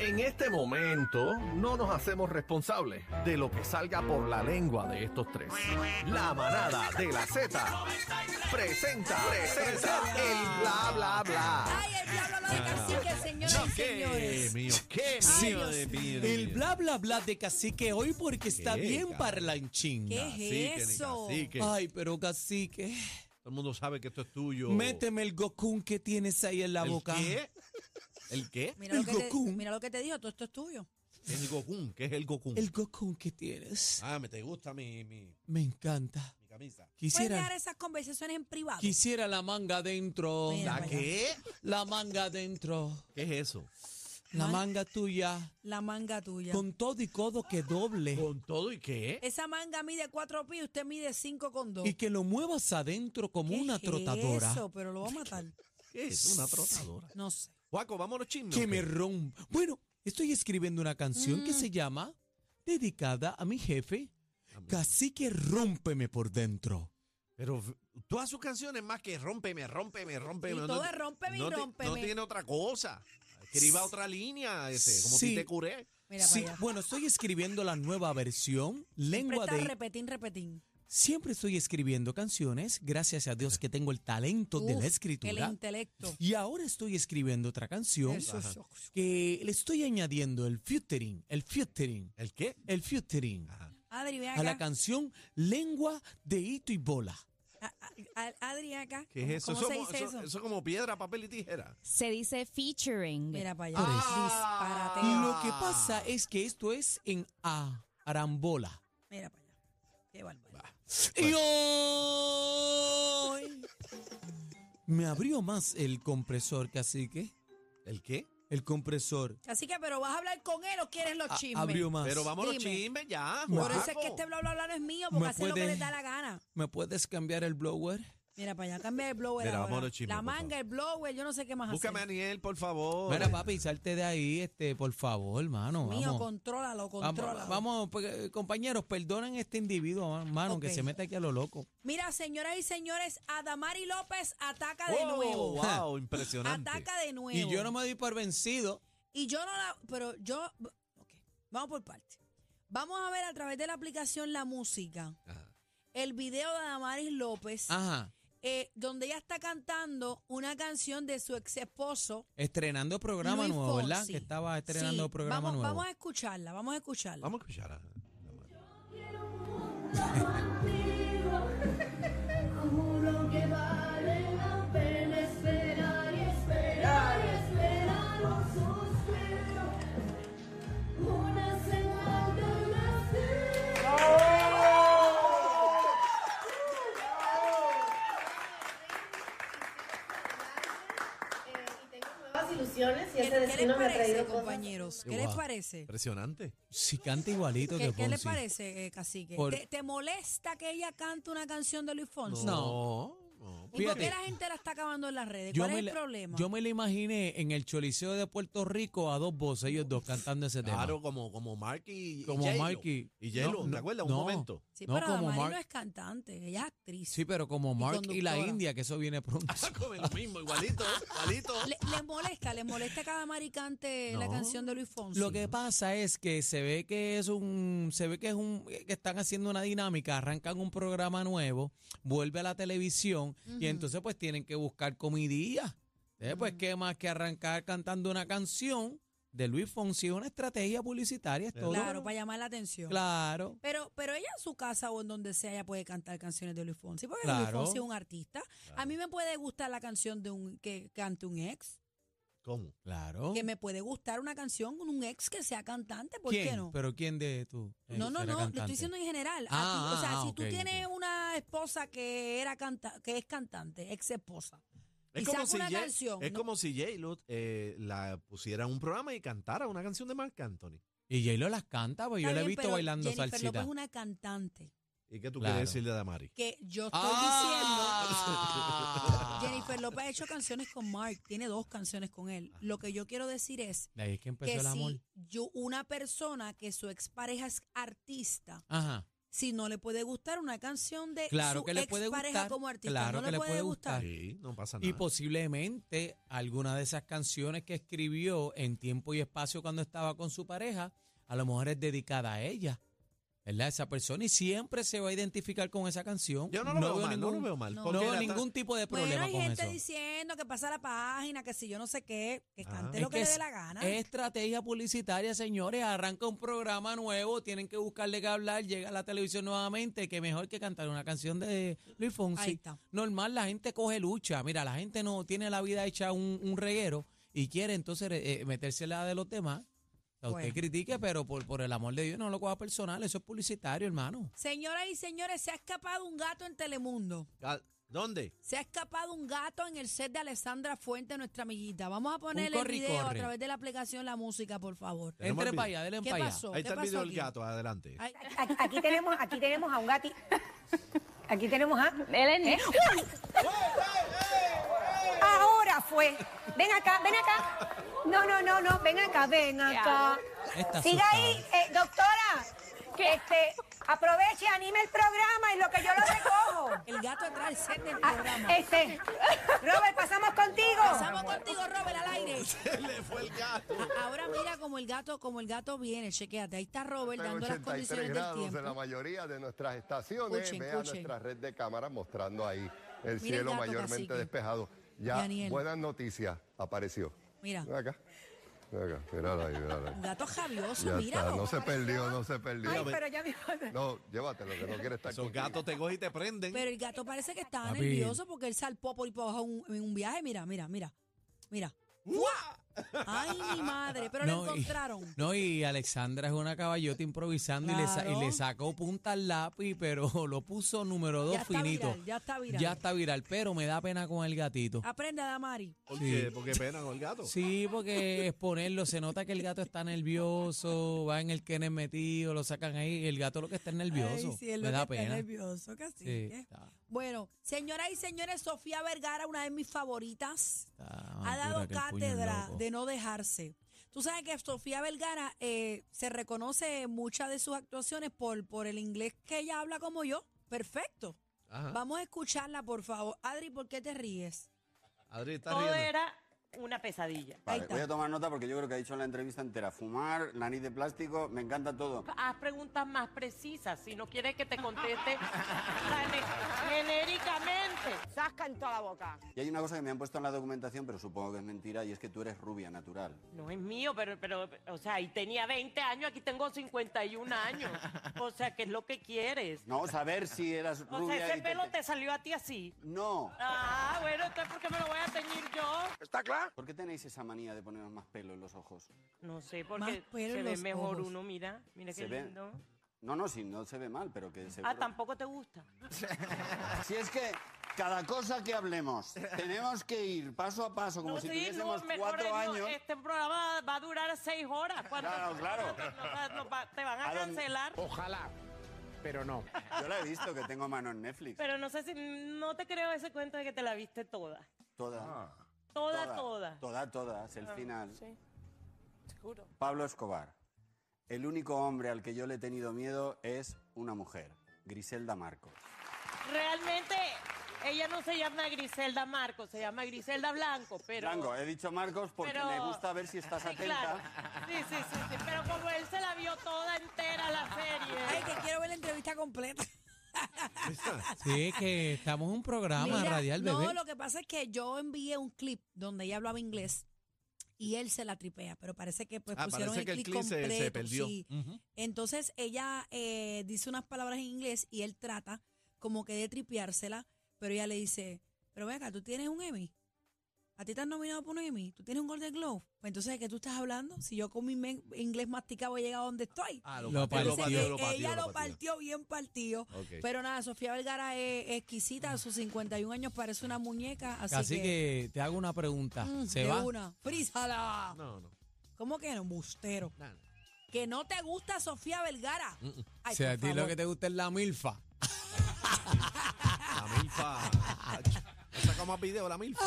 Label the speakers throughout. Speaker 1: En este momento no nos hacemos responsables de lo que salga por la lengua de estos tres. La manada de la Z presenta, presenta el bla bla bla.
Speaker 2: Ay, el diablo lo
Speaker 3: Ah.
Speaker 2: de cacique, señoras y
Speaker 4: qué
Speaker 2: señores.
Speaker 4: mío, qué
Speaker 2: Ay,
Speaker 4: mío
Speaker 2: Dios
Speaker 4: de mí. de
Speaker 3: El
Speaker 4: mí.
Speaker 3: bla bla bla de cacique hoy porque está
Speaker 4: ¿Qué,
Speaker 3: bien
Speaker 4: cara?
Speaker 3: parlanchín.
Speaker 2: ¿Qué es
Speaker 4: Cacique, ni
Speaker 2: eso?
Speaker 4: cacique. Todo
Speaker 3: Ay, pero cacique,
Speaker 4: el mundo sabe que esto es tuyo.
Speaker 3: méteme el gokun que tienes ahí en la
Speaker 4: ¿El
Speaker 3: boca.
Speaker 4: qué? ¿El qué?
Speaker 2: Mira lo,
Speaker 3: El
Speaker 2: que te,
Speaker 3: Goku.
Speaker 2: mira lo que te dijo, todo esto es tuyo.
Speaker 4: El Gokun. ¿Qué es el Gokun?
Speaker 3: El gokun que tienes.
Speaker 4: Ah, me te gusta mi, mi,
Speaker 3: Me encanta.
Speaker 4: mi camisa.
Speaker 2: Puedes
Speaker 3: Quisiera,
Speaker 2: dejar esas conversaciones en privado.
Speaker 3: quisiera la manga adentro.
Speaker 2: Mira,
Speaker 4: ¿La
Speaker 2: vaya.
Speaker 4: qué?
Speaker 3: La manga adentro.
Speaker 4: ¿Qué es eso?
Speaker 3: La
Speaker 2: Man-
Speaker 3: manga tuya.
Speaker 2: La manga tuya.
Speaker 3: Con todo y codo que doble.
Speaker 4: ¿Con todo y qué?
Speaker 2: Esa manga mide cuatro pies, usted mide cinco con dos.
Speaker 3: Y que lo muevas adentro como
Speaker 2: ¿Qué
Speaker 3: una
Speaker 2: es
Speaker 3: trotadora.
Speaker 2: Eso, pero lo va a matar.
Speaker 4: ¿Qué es? Una trotadora.
Speaker 2: No sé.
Speaker 4: Juaco, vámonos chismes.
Speaker 3: que me rompe. Bueno, estoy escribiendo una canción
Speaker 2: Mm.
Speaker 3: que se llama Dedicada a mi jefe, Cacique Rómpeme por dentro.
Speaker 4: Pero f- todas sus canciones más que rómpeme, rómpeme, rómpeme.
Speaker 2: Y todo es rómpeme y
Speaker 4: no ti-
Speaker 2: rómpeme.
Speaker 4: no tiene otra cosa. Escriba otra línea, este, como
Speaker 3: Sí.
Speaker 4: te curé.
Speaker 2: Mira
Speaker 3: Sí,
Speaker 2: para allá.
Speaker 3: bueno, estoy escribiendo la nueva versión, lengua
Speaker 2: Siempre está
Speaker 3: de...
Speaker 2: repetín, repetín.
Speaker 3: Siempre estoy escribiendo canciones, gracias a Dios que tengo el talento de
Speaker 2: Uf,
Speaker 3: la
Speaker 2: El
Speaker 3: escritura.
Speaker 2: intelecto.
Speaker 3: Y ahora estoy escribiendo otra canción
Speaker 2: Eso, eso.
Speaker 3: que le estoy añadiendo el featuring, el featuring,
Speaker 4: ¿El qué? Ah,
Speaker 3: el featuring
Speaker 4: Ajá.
Speaker 2: Adri, ven
Speaker 3: a la
Speaker 2: acá.
Speaker 3: canción Lengua de Hito y Bola.
Speaker 2: A- a- a- Adri, acá.
Speaker 4: ¿Qué es eso?
Speaker 2: ¿Cómo se
Speaker 4: Eso-
Speaker 2: dice eso?
Speaker 4: eso- eso como piedra, papel y tijera.
Speaker 5: Se dice featuring.
Speaker 2: Mira para allá.
Speaker 3: Por
Speaker 4: eso.
Speaker 2: Disparate.
Speaker 3: Lo que pasa es que esto es en A, Arambola.
Speaker 2: Mira para allá. Qué bárbaro.
Speaker 3: Y hoy me abrió más el compresor, cacique.
Speaker 4: ¿El qué?
Speaker 3: El compresor
Speaker 2: Así que, pero vas a hablar con él o quieres los
Speaker 3: a-
Speaker 2: chismes.
Speaker 3: Ah, abrió más.
Speaker 4: Pero vámonos
Speaker 2: Dime.
Speaker 4: chismes ya.
Speaker 2: Por eso es
Speaker 4: Juaco.
Speaker 2: que este bla bla bla no es mío,
Speaker 3: ¿Me
Speaker 2: porque hace lo que
Speaker 3: puede-
Speaker 2: les da la gana.
Speaker 3: ¿Me puedes cambiar el blower?
Speaker 2: Mira, para allá cambia el blower.
Speaker 4: Mira,
Speaker 2: ahora.
Speaker 4: vámonos, chisme,
Speaker 2: la
Speaker 4: por
Speaker 2: manga,
Speaker 4: favor.
Speaker 2: el blower, yo no sé qué más
Speaker 4: Búscame a
Speaker 2: hacer.
Speaker 4: Aniel, por favor.
Speaker 3: Mira, papi, salte de ahí, este, por favor, hermano.
Speaker 2: Mío,
Speaker 3: Vamos.
Speaker 2: contrólalo, contrólalo.
Speaker 3: Vamos, vamos, pues, eh, compañeros, perdonen este individuo, hermano, que
Speaker 2: Ok.
Speaker 3: se mete aquí a lo loco.
Speaker 2: Mira, señoras y señores, Adamari López ataca de
Speaker 4: Oh,
Speaker 2: nuevo.
Speaker 4: Wow, impresionante.
Speaker 2: Ataca de nuevo.
Speaker 3: Y yo no me di por vencido.
Speaker 2: Y yo no la. Pero yo. Ok, vamos por parte. Vamos a ver a través de la aplicación La Música,
Speaker 4: Ajá.
Speaker 2: el video de Adamaris López,
Speaker 3: Ajá.
Speaker 2: eh, donde ella está cantando una canción de su ex esposo,
Speaker 3: Estrenando programa
Speaker 2: Luis
Speaker 3: nuevo, ¿verdad?
Speaker 2: Fonsi.
Speaker 3: Que estaba estrenando
Speaker 2: Sí,
Speaker 3: programa
Speaker 2: vamos,
Speaker 3: nuevo.
Speaker 2: Vamos a escucharla, vamos a escucharla.
Speaker 4: Vamos a escuchar. a-
Speaker 6: Juro que vale la pena esperar y esperar y esperar un suspiro, una señal del destino. Eh, y tengo nuevas ilusiones y
Speaker 2: ¿Qué,
Speaker 6: ese
Speaker 2: qué les
Speaker 6: destino me ha
Speaker 2: parece,
Speaker 6: traído
Speaker 2: compañeros? ¿Qué les
Speaker 4: Wow,
Speaker 2: parece?
Speaker 4: Impresionante.
Speaker 3: Si canta igualito
Speaker 2: ¿Qué,
Speaker 3: que
Speaker 2: qué les
Speaker 3: Fonsi.
Speaker 2: parece, eh, Cacique?
Speaker 3: Por-
Speaker 2: ¿Te, te molesta que ella cante una canción de Luis Fonsi?
Speaker 4: No. no.
Speaker 2: ¿Y por
Speaker 3: Fíjate.
Speaker 2: qué la gente la está acabando en las redes?
Speaker 3: Yo
Speaker 2: ¿Cuál es
Speaker 3: me
Speaker 2: el
Speaker 3: la-
Speaker 2: problema?
Speaker 3: Yo me la imaginé en el Choliseo de Puerto Rico a dos voces, ellos dos cantando ese
Speaker 4: Claro,
Speaker 3: tema.
Speaker 4: como, como Mark y
Speaker 3: Como
Speaker 4: J-Lo.
Speaker 3: Marky.
Speaker 4: Y J-Lo,
Speaker 3: No,
Speaker 4: ¿te acuerdas?
Speaker 3: no.
Speaker 4: Un momento.
Speaker 2: sí,
Speaker 3: no,
Speaker 2: pero
Speaker 3: como
Speaker 2: Adamari
Speaker 3: Mark-
Speaker 2: no es cantante, ella es actriz.
Speaker 3: Sí, pero como Mark y, la
Speaker 2: conductora.
Speaker 3: India, que eso viene pronto.
Speaker 4: Come lo mismo, igualito, igualito.
Speaker 2: Le, ¿Les molesta? ¿Les molesta que Adamari cante la
Speaker 4: No.
Speaker 2: canción de Luis Fonsi?
Speaker 3: Lo que pasa es que se ve que es un, se ve que es un, que están haciendo una dinámica, arrancan un programa nuevo, vuelve a la televisión y entonces pues tienen que buscar comidilla. Entonces, pues qué más que arrancar cantando una canción de Luis Fonsi, es una estrategia publicitaria, es todo.
Speaker 2: Claro, para llamar la atención.
Speaker 3: Claro.
Speaker 2: Pero, pero ella en su casa o en donde sea, ella puede cantar canciones de Luis Fonsi. Porque Luis
Speaker 3: Claro.
Speaker 2: Fonsi es un artista. A mí me puede gustar la canción de un que cante un ex.
Speaker 4: ¿Cómo?
Speaker 3: Claro.
Speaker 2: Que me puede gustar una canción con un ex que sea cantante. ¿Por
Speaker 3: ¿Quién?
Speaker 2: qué no?
Speaker 3: ¿Pero quién de tú? eh,
Speaker 2: no, no,
Speaker 3: era
Speaker 2: no, le estoy
Speaker 3: cantante?
Speaker 2: diciendo en general. A
Speaker 3: Ah,
Speaker 2: ti, o sea,
Speaker 3: ah,
Speaker 2: si
Speaker 3: ok,
Speaker 2: tú tienes una esposa que era canta, que es cantante, ex esposa, y saca una
Speaker 4: J-
Speaker 2: canción,
Speaker 4: es
Speaker 2: ¿no?
Speaker 4: como si J-Lo eh, la pusiera en un programa y cantara una canción de Mark Anthony.
Speaker 3: Y J-Lo las canta, porque yo
Speaker 2: Está
Speaker 3: la he
Speaker 2: bien,
Speaker 3: visto
Speaker 2: pero
Speaker 3: bailando
Speaker 2: Jennifer López
Speaker 3: salsita.
Speaker 2: es una cantante
Speaker 4: ¿Y qué tú
Speaker 3: Claro.
Speaker 4: quieres decirle a Damari?
Speaker 2: que yo estoy
Speaker 3: Ah.
Speaker 2: diciendo. Jennifer López ha hecho canciones con Mark, tiene dos canciones con él. Lo que yo quiero decir es
Speaker 3: De ahí es que empezó
Speaker 2: que
Speaker 3: el amor.
Speaker 2: si yo una persona que su expareja es artista
Speaker 3: Ajá.
Speaker 2: si no le puede gustar una canción de
Speaker 3: Claro
Speaker 2: su
Speaker 3: que le
Speaker 2: ex
Speaker 3: puede
Speaker 2: pareja
Speaker 3: gustar,
Speaker 2: como artista.
Speaker 3: claro
Speaker 2: no
Speaker 3: que
Speaker 2: le puede gustar.
Speaker 4: Sí, no pasa nada.
Speaker 3: Y posiblemente alguna de esas canciones que escribió en tiempo y espacio cuando estaba con su pareja, a lo mejor es dedicada a ella, ¿verdad? Esa persona y siempre se va a identificar con esa canción.
Speaker 4: Yo no lo veo
Speaker 3: veo
Speaker 4: mal, no
Speaker 3: ningún-
Speaker 4: lo veo mal.
Speaker 2: no.
Speaker 3: no
Speaker 4: porque
Speaker 3: veo
Speaker 4: la ta-
Speaker 3: ningún tipo de
Speaker 2: Bueno,
Speaker 3: problema
Speaker 2: hay
Speaker 3: con
Speaker 2: gente
Speaker 3: eso.
Speaker 2: diciendo que pasa la página, que si yo no sé qué, que
Speaker 4: Ah.
Speaker 2: cante
Speaker 3: Es
Speaker 2: lo que, le
Speaker 3: que es-
Speaker 2: dé la gana.
Speaker 3: Es Estrategia publicitaria, señores. Arranca un programa nuevo, tienen que buscarle que hablar, llega a la televisión nuevamente, que mejor que cantar una canción de Luis Fonsi.
Speaker 2: Ahí está.
Speaker 3: Normal, la gente coge lucha. Mira, la gente no tiene la vida hecha un, un reguero y quiere entonces eh, meterse en la de los demás. O sea,
Speaker 2: Bueno.
Speaker 3: Usted critique, pero por, por el amor de Dios no lo coja personal. Eso es publicitario, hermano.
Speaker 2: Señoras y señores, se ha escapado un gato en Telemundo.
Speaker 4: Ah, ¿Dónde?
Speaker 2: Se ha escapado un gato en el set de Alessandra Fuente, nuestra amiguita. Vamos a ponerle el
Speaker 3: corre y
Speaker 2: video a
Speaker 3: corre.
Speaker 2: través de la aplicación La Música, por favor.
Speaker 4: Tenemos
Speaker 3: Entre
Speaker 4: el
Speaker 3: para
Speaker 4: video.
Speaker 3: allá, denle
Speaker 2: ¿Qué
Speaker 3: para allá.
Speaker 2: pasó?
Speaker 4: Ahí
Speaker 2: ¿Qué
Speaker 4: está el
Speaker 2: pasó
Speaker 4: video del
Speaker 2: aquí?
Speaker 4: gato, adelante.
Speaker 2: Ay,
Speaker 7: Aquí, aquí tenemos, aquí tenemos a un gati. Aquí tenemos a.
Speaker 5: Eleni.
Speaker 7: Ahora fue. Ven acá, ven acá. No, no, no, no. Ven acá, ven acá.
Speaker 3: Está
Speaker 7: Siga
Speaker 3: asustada.
Speaker 7: ahí, eh, doctora. Este, aproveche, anime el programa y lo que yo lo recojo.
Speaker 2: el gato atrás del set del
Speaker 7: Ah,
Speaker 2: programa.
Speaker 7: Este, Robert, pasamos contigo.
Speaker 2: Pasamos contigo, Robert, al aire.
Speaker 4: le fue el gato.
Speaker 2: A- Ahora mira como el gato, como el gato viene, chequéate. Ahí está Robert
Speaker 8: Está en
Speaker 2: dando las
Speaker 8: 83
Speaker 2: condiciones del
Speaker 8: grados en la
Speaker 2: tiempo.
Speaker 8: mayoría de nuestras estaciones.
Speaker 2: Escuchen,
Speaker 8: Vea
Speaker 2: escuchen.
Speaker 8: nuestra red de cámaras mostrando ahí el
Speaker 2: Mira el
Speaker 8: cielo
Speaker 2: gato,
Speaker 8: mayormente
Speaker 2: cacique.
Speaker 8: despejado. Ya,
Speaker 2: Daniel.
Speaker 8: buenas noticias, apareció.
Speaker 2: Mira,
Speaker 8: Ven acá, ven acá, míralo ahí, míralo
Speaker 2: un
Speaker 8: ahí.
Speaker 2: gato javioso,
Speaker 8: Ya está,
Speaker 2: míralo.
Speaker 8: no se perdió, no se perdió.
Speaker 7: Ay, pero ya me
Speaker 8: No, llévatelo, que no quiere estar
Speaker 4: Esos
Speaker 8: contigo.
Speaker 4: gatos te cogen y te prenden.
Speaker 2: Pero el gato parece que estaba
Speaker 3: Papi.
Speaker 2: nervioso porque él salpó por ahí para abajo un- en un viaje. Mira, mira, mira. Mira. ¡Fua! Ay, mi madre. Pero lo
Speaker 3: No, y-
Speaker 2: encontraron.
Speaker 3: no, y Alexandra es una caballota improvisando y, le sa- y le,
Speaker 2: Claro.
Speaker 3: sacó punta al lápiz, pero lo puso número dos
Speaker 2: Ya está
Speaker 3: finito.
Speaker 2: viral, ya está viral.
Speaker 3: Ya está viral, pero me da pena con el gatito.
Speaker 2: Aprende, Damari.
Speaker 4: ¿Por qué? ¿Por qué pena con el gato?
Speaker 3: Sí, porque exponerlo, se nota que el gato está nervioso, va en el Kenneth metido, lo sacan ahí, y el gato lo que está es nervioso.
Speaker 2: Ay, sí, él
Speaker 3: me
Speaker 2: lo
Speaker 3: da
Speaker 2: que está
Speaker 3: pena.
Speaker 2: nervioso, casi.
Speaker 3: Sí,
Speaker 2: ¿eh?
Speaker 3: está-
Speaker 2: Bueno, señoras y señores, Sofía Vergara, una de mis favoritas.
Speaker 3: está
Speaker 2: ha
Speaker 3: más
Speaker 2: dado
Speaker 3: dura que el puño de un
Speaker 2: cátedra
Speaker 3: loco.
Speaker 2: de no dejarse. Tú sabes que Sofía Vergara eh, se reconoce en muchas de sus actuaciones por, por el inglés que ella habla como yo. Perfecto.
Speaker 3: Ah.
Speaker 4: Ajá.
Speaker 2: Vamos a escucharla, por favor. Adri, ¿por qué te ríes?
Speaker 4: Adri está
Speaker 9: Todo
Speaker 4: riendo.
Speaker 9: era una pesadilla.
Speaker 2: Ahí
Speaker 10: Vale,
Speaker 2: está.
Speaker 10: voy a tomar nota porque yo creo que ha dicho en la entrevista entera fumar, nariz de plástico, me encanta todo.
Speaker 9: Haz preguntas más precisas si no quieres que te conteste gene- genéricamente.
Speaker 7: Zasca en toda la boca.
Speaker 10: Y hay una cosa que me han puesto en la documentación, pero supongo que es mentira, y es que tú eres rubia natural.
Speaker 9: No es mío, pero, pero, o sea, y tenía 20 años, aquí tengo 51 años. O sea, ¿qué es lo que quieres?
Speaker 10: No, saber si eras
Speaker 9: O sea,
Speaker 10: rubia.
Speaker 9: ese
Speaker 10: y te-
Speaker 9: pelo te salió a ti así.
Speaker 10: No.
Speaker 9: Ah, bueno, entonces ¿por qué me lo voy a teñir yo?
Speaker 10: ¿Por qué tenéis esa manía de poneros más pelo en los ojos?
Speaker 9: No sé,
Speaker 2: Más
Speaker 9: porque
Speaker 2: pelo
Speaker 9: se
Speaker 2: en
Speaker 9: ve
Speaker 2: los
Speaker 9: mejor
Speaker 2: ojos.
Speaker 9: uno, mira, mira qué
Speaker 10: Se ve.
Speaker 9: lindo.
Speaker 10: No, no, si no se ve mal, pero que se.
Speaker 9: Ah, tampoco te gusta.
Speaker 10: Si es que cada cosa que hablemos tenemos que ir paso a paso, como
Speaker 9: no,
Speaker 10: si
Speaker 9: sí, no,
Speaker 10: tuviésemos
Speaker 9: mejor
Speaker 10: cuatro
Speaker 9: no,
Speaker 10: años.
Speaker 9: Este programa va a durar seis horas. ¿Cuánto-
Speaker 10: Claro, claro.
Speaker 9: no, no, no, va- te van a,
Speaker 10: ¿A dónde?
Speaker 9: cancelar.
Speaker 10: Yo la he visto que tengo mano en Netflix.
Speaker 9: Pero no sé si no te creo ese cuento de que te la viste toda.
Speaker 10: Toda.
Speaker 9: Toda, toda.
Speaker 10: Toda, todas, el final.
Speaker 9: Sí. Seguro.
Speaker 10: Pablo Escobar. El único hombre al que yo le he tenido miedo es una mujer, Griselda Marco.
Speaker 9: Realmente ella no se llama Griselda Marco, se llama Griselda Blanco, pero
Speaker 10: Blanco, he dicho Marcos porque
Speaker 9: pero-
Speaker 10: me gusta ver si estás
Speaker 9: Sí,
Speaker 10: atenta.
Speaker 9: claro. Sí, sí, sí, sí, pero como él se la vio toda entera la
Speaker 2: Ay,
Speaker 9: serie.
Speaker 2: que quiero ver la entrevista completa.
Speaker 3: Sí, es que estamos en un programa
Speaker 2: Mira,
Speaker 3: radial, bebé.
Speaker 2: no, lo que pasa es que yo envié un clip donde ella hablaba inglés y él se la tripea, pero parece que pues,
Speaker 4: Ah,
Speaker 2: pusieron
Speaker 4: parece
Speaker 2: el
Speaker 4: que el
Speaker 2: clip
Speaker 4: clip se- se
Speaker 2: completo.
Speaker 4: perdió.
Speaker 2: sí.
Speaker 3: Ujú.
Speaker 2: Entonces ella eh, dice unas palabras en inglés y él trata como que de tripeársela, pero ella le dice, pero ven acá, tú tienes un Emmy. ¿A ti te han nominado por un Emmy? ¿Tú tienes un Golden Globe? Pues entonces, ¿de qué tú estás hablando? Si yo con mi men- inglés masticado he llegado a donde estoy.
Speaker 4: Ah,
Speaker 3: Lo
Speaker 2: Parece
Speaker 3: partió,
Speaker 2: que
Speaker 3: lo
Speaker 2: ella lo partió bien partido.
Speaker 4: Ok.
Speaker 2: Pero nada, Sofía Vergara es exquisita. A sus 51 años parece una muñeca. Así,
Speaker 3: Así que te hago una pregunta.
Speaker 2: mm,
Speaker 3: ¿Se
Speaker 2: de
Speaker 3: va?
Speaker 2: una. ¡Frízala!
Speaker 4: No, no.
Speaker 2: ¿Cómo que no? Bustero.
Speaker 4: Nah, no.
Speaker 2: Que no te gusta Sofía Vergara. Ay,
Speaker 3: O sea, Mm, a
Speaker 2: por
Speaker 3: ti lo
Speaker 2: favor.
Speaker 3: que te gusta es la milfa.
Speaker 2: Ah.
Speaker 4: La milfa. Ha sacado más video la milfa.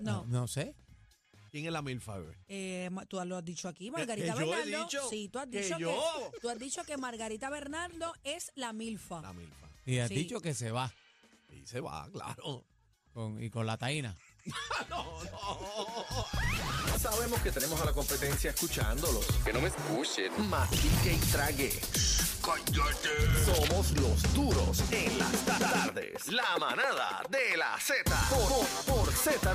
Speaker 2: No.
Speaker 3: No sé.
Speaker 4: ¿Quién es la Milfaber?
Speaker 2: Eh, ma- tú lo has dicho aquí, Margarita
Speaker 4: que yo he
Speaker 2: Bernardo.
Speaker 4: dicho
Speaker 2: sí, tú has
Speaker 4: que
Speaker 2: dicho que,
Speaker 4: yo.
Speaker 2: tú has dicho que Margarita Bernardo es la milfa.
Speaker 4: La Milfa.
Speaker 3: Y has
Speaker 2: Sí.
Speaker 3: dicho que se va.
Speaker 4: Y se va, claro.
Speaker 3: Con, y con la taína.
Speaker 1: Sabemos que tenemos a la competencia escuchándolos. Que no me escuchen. Mastique y trague. Somos los duros en las ta- tardes. La manada de la Z por, por, por Z93.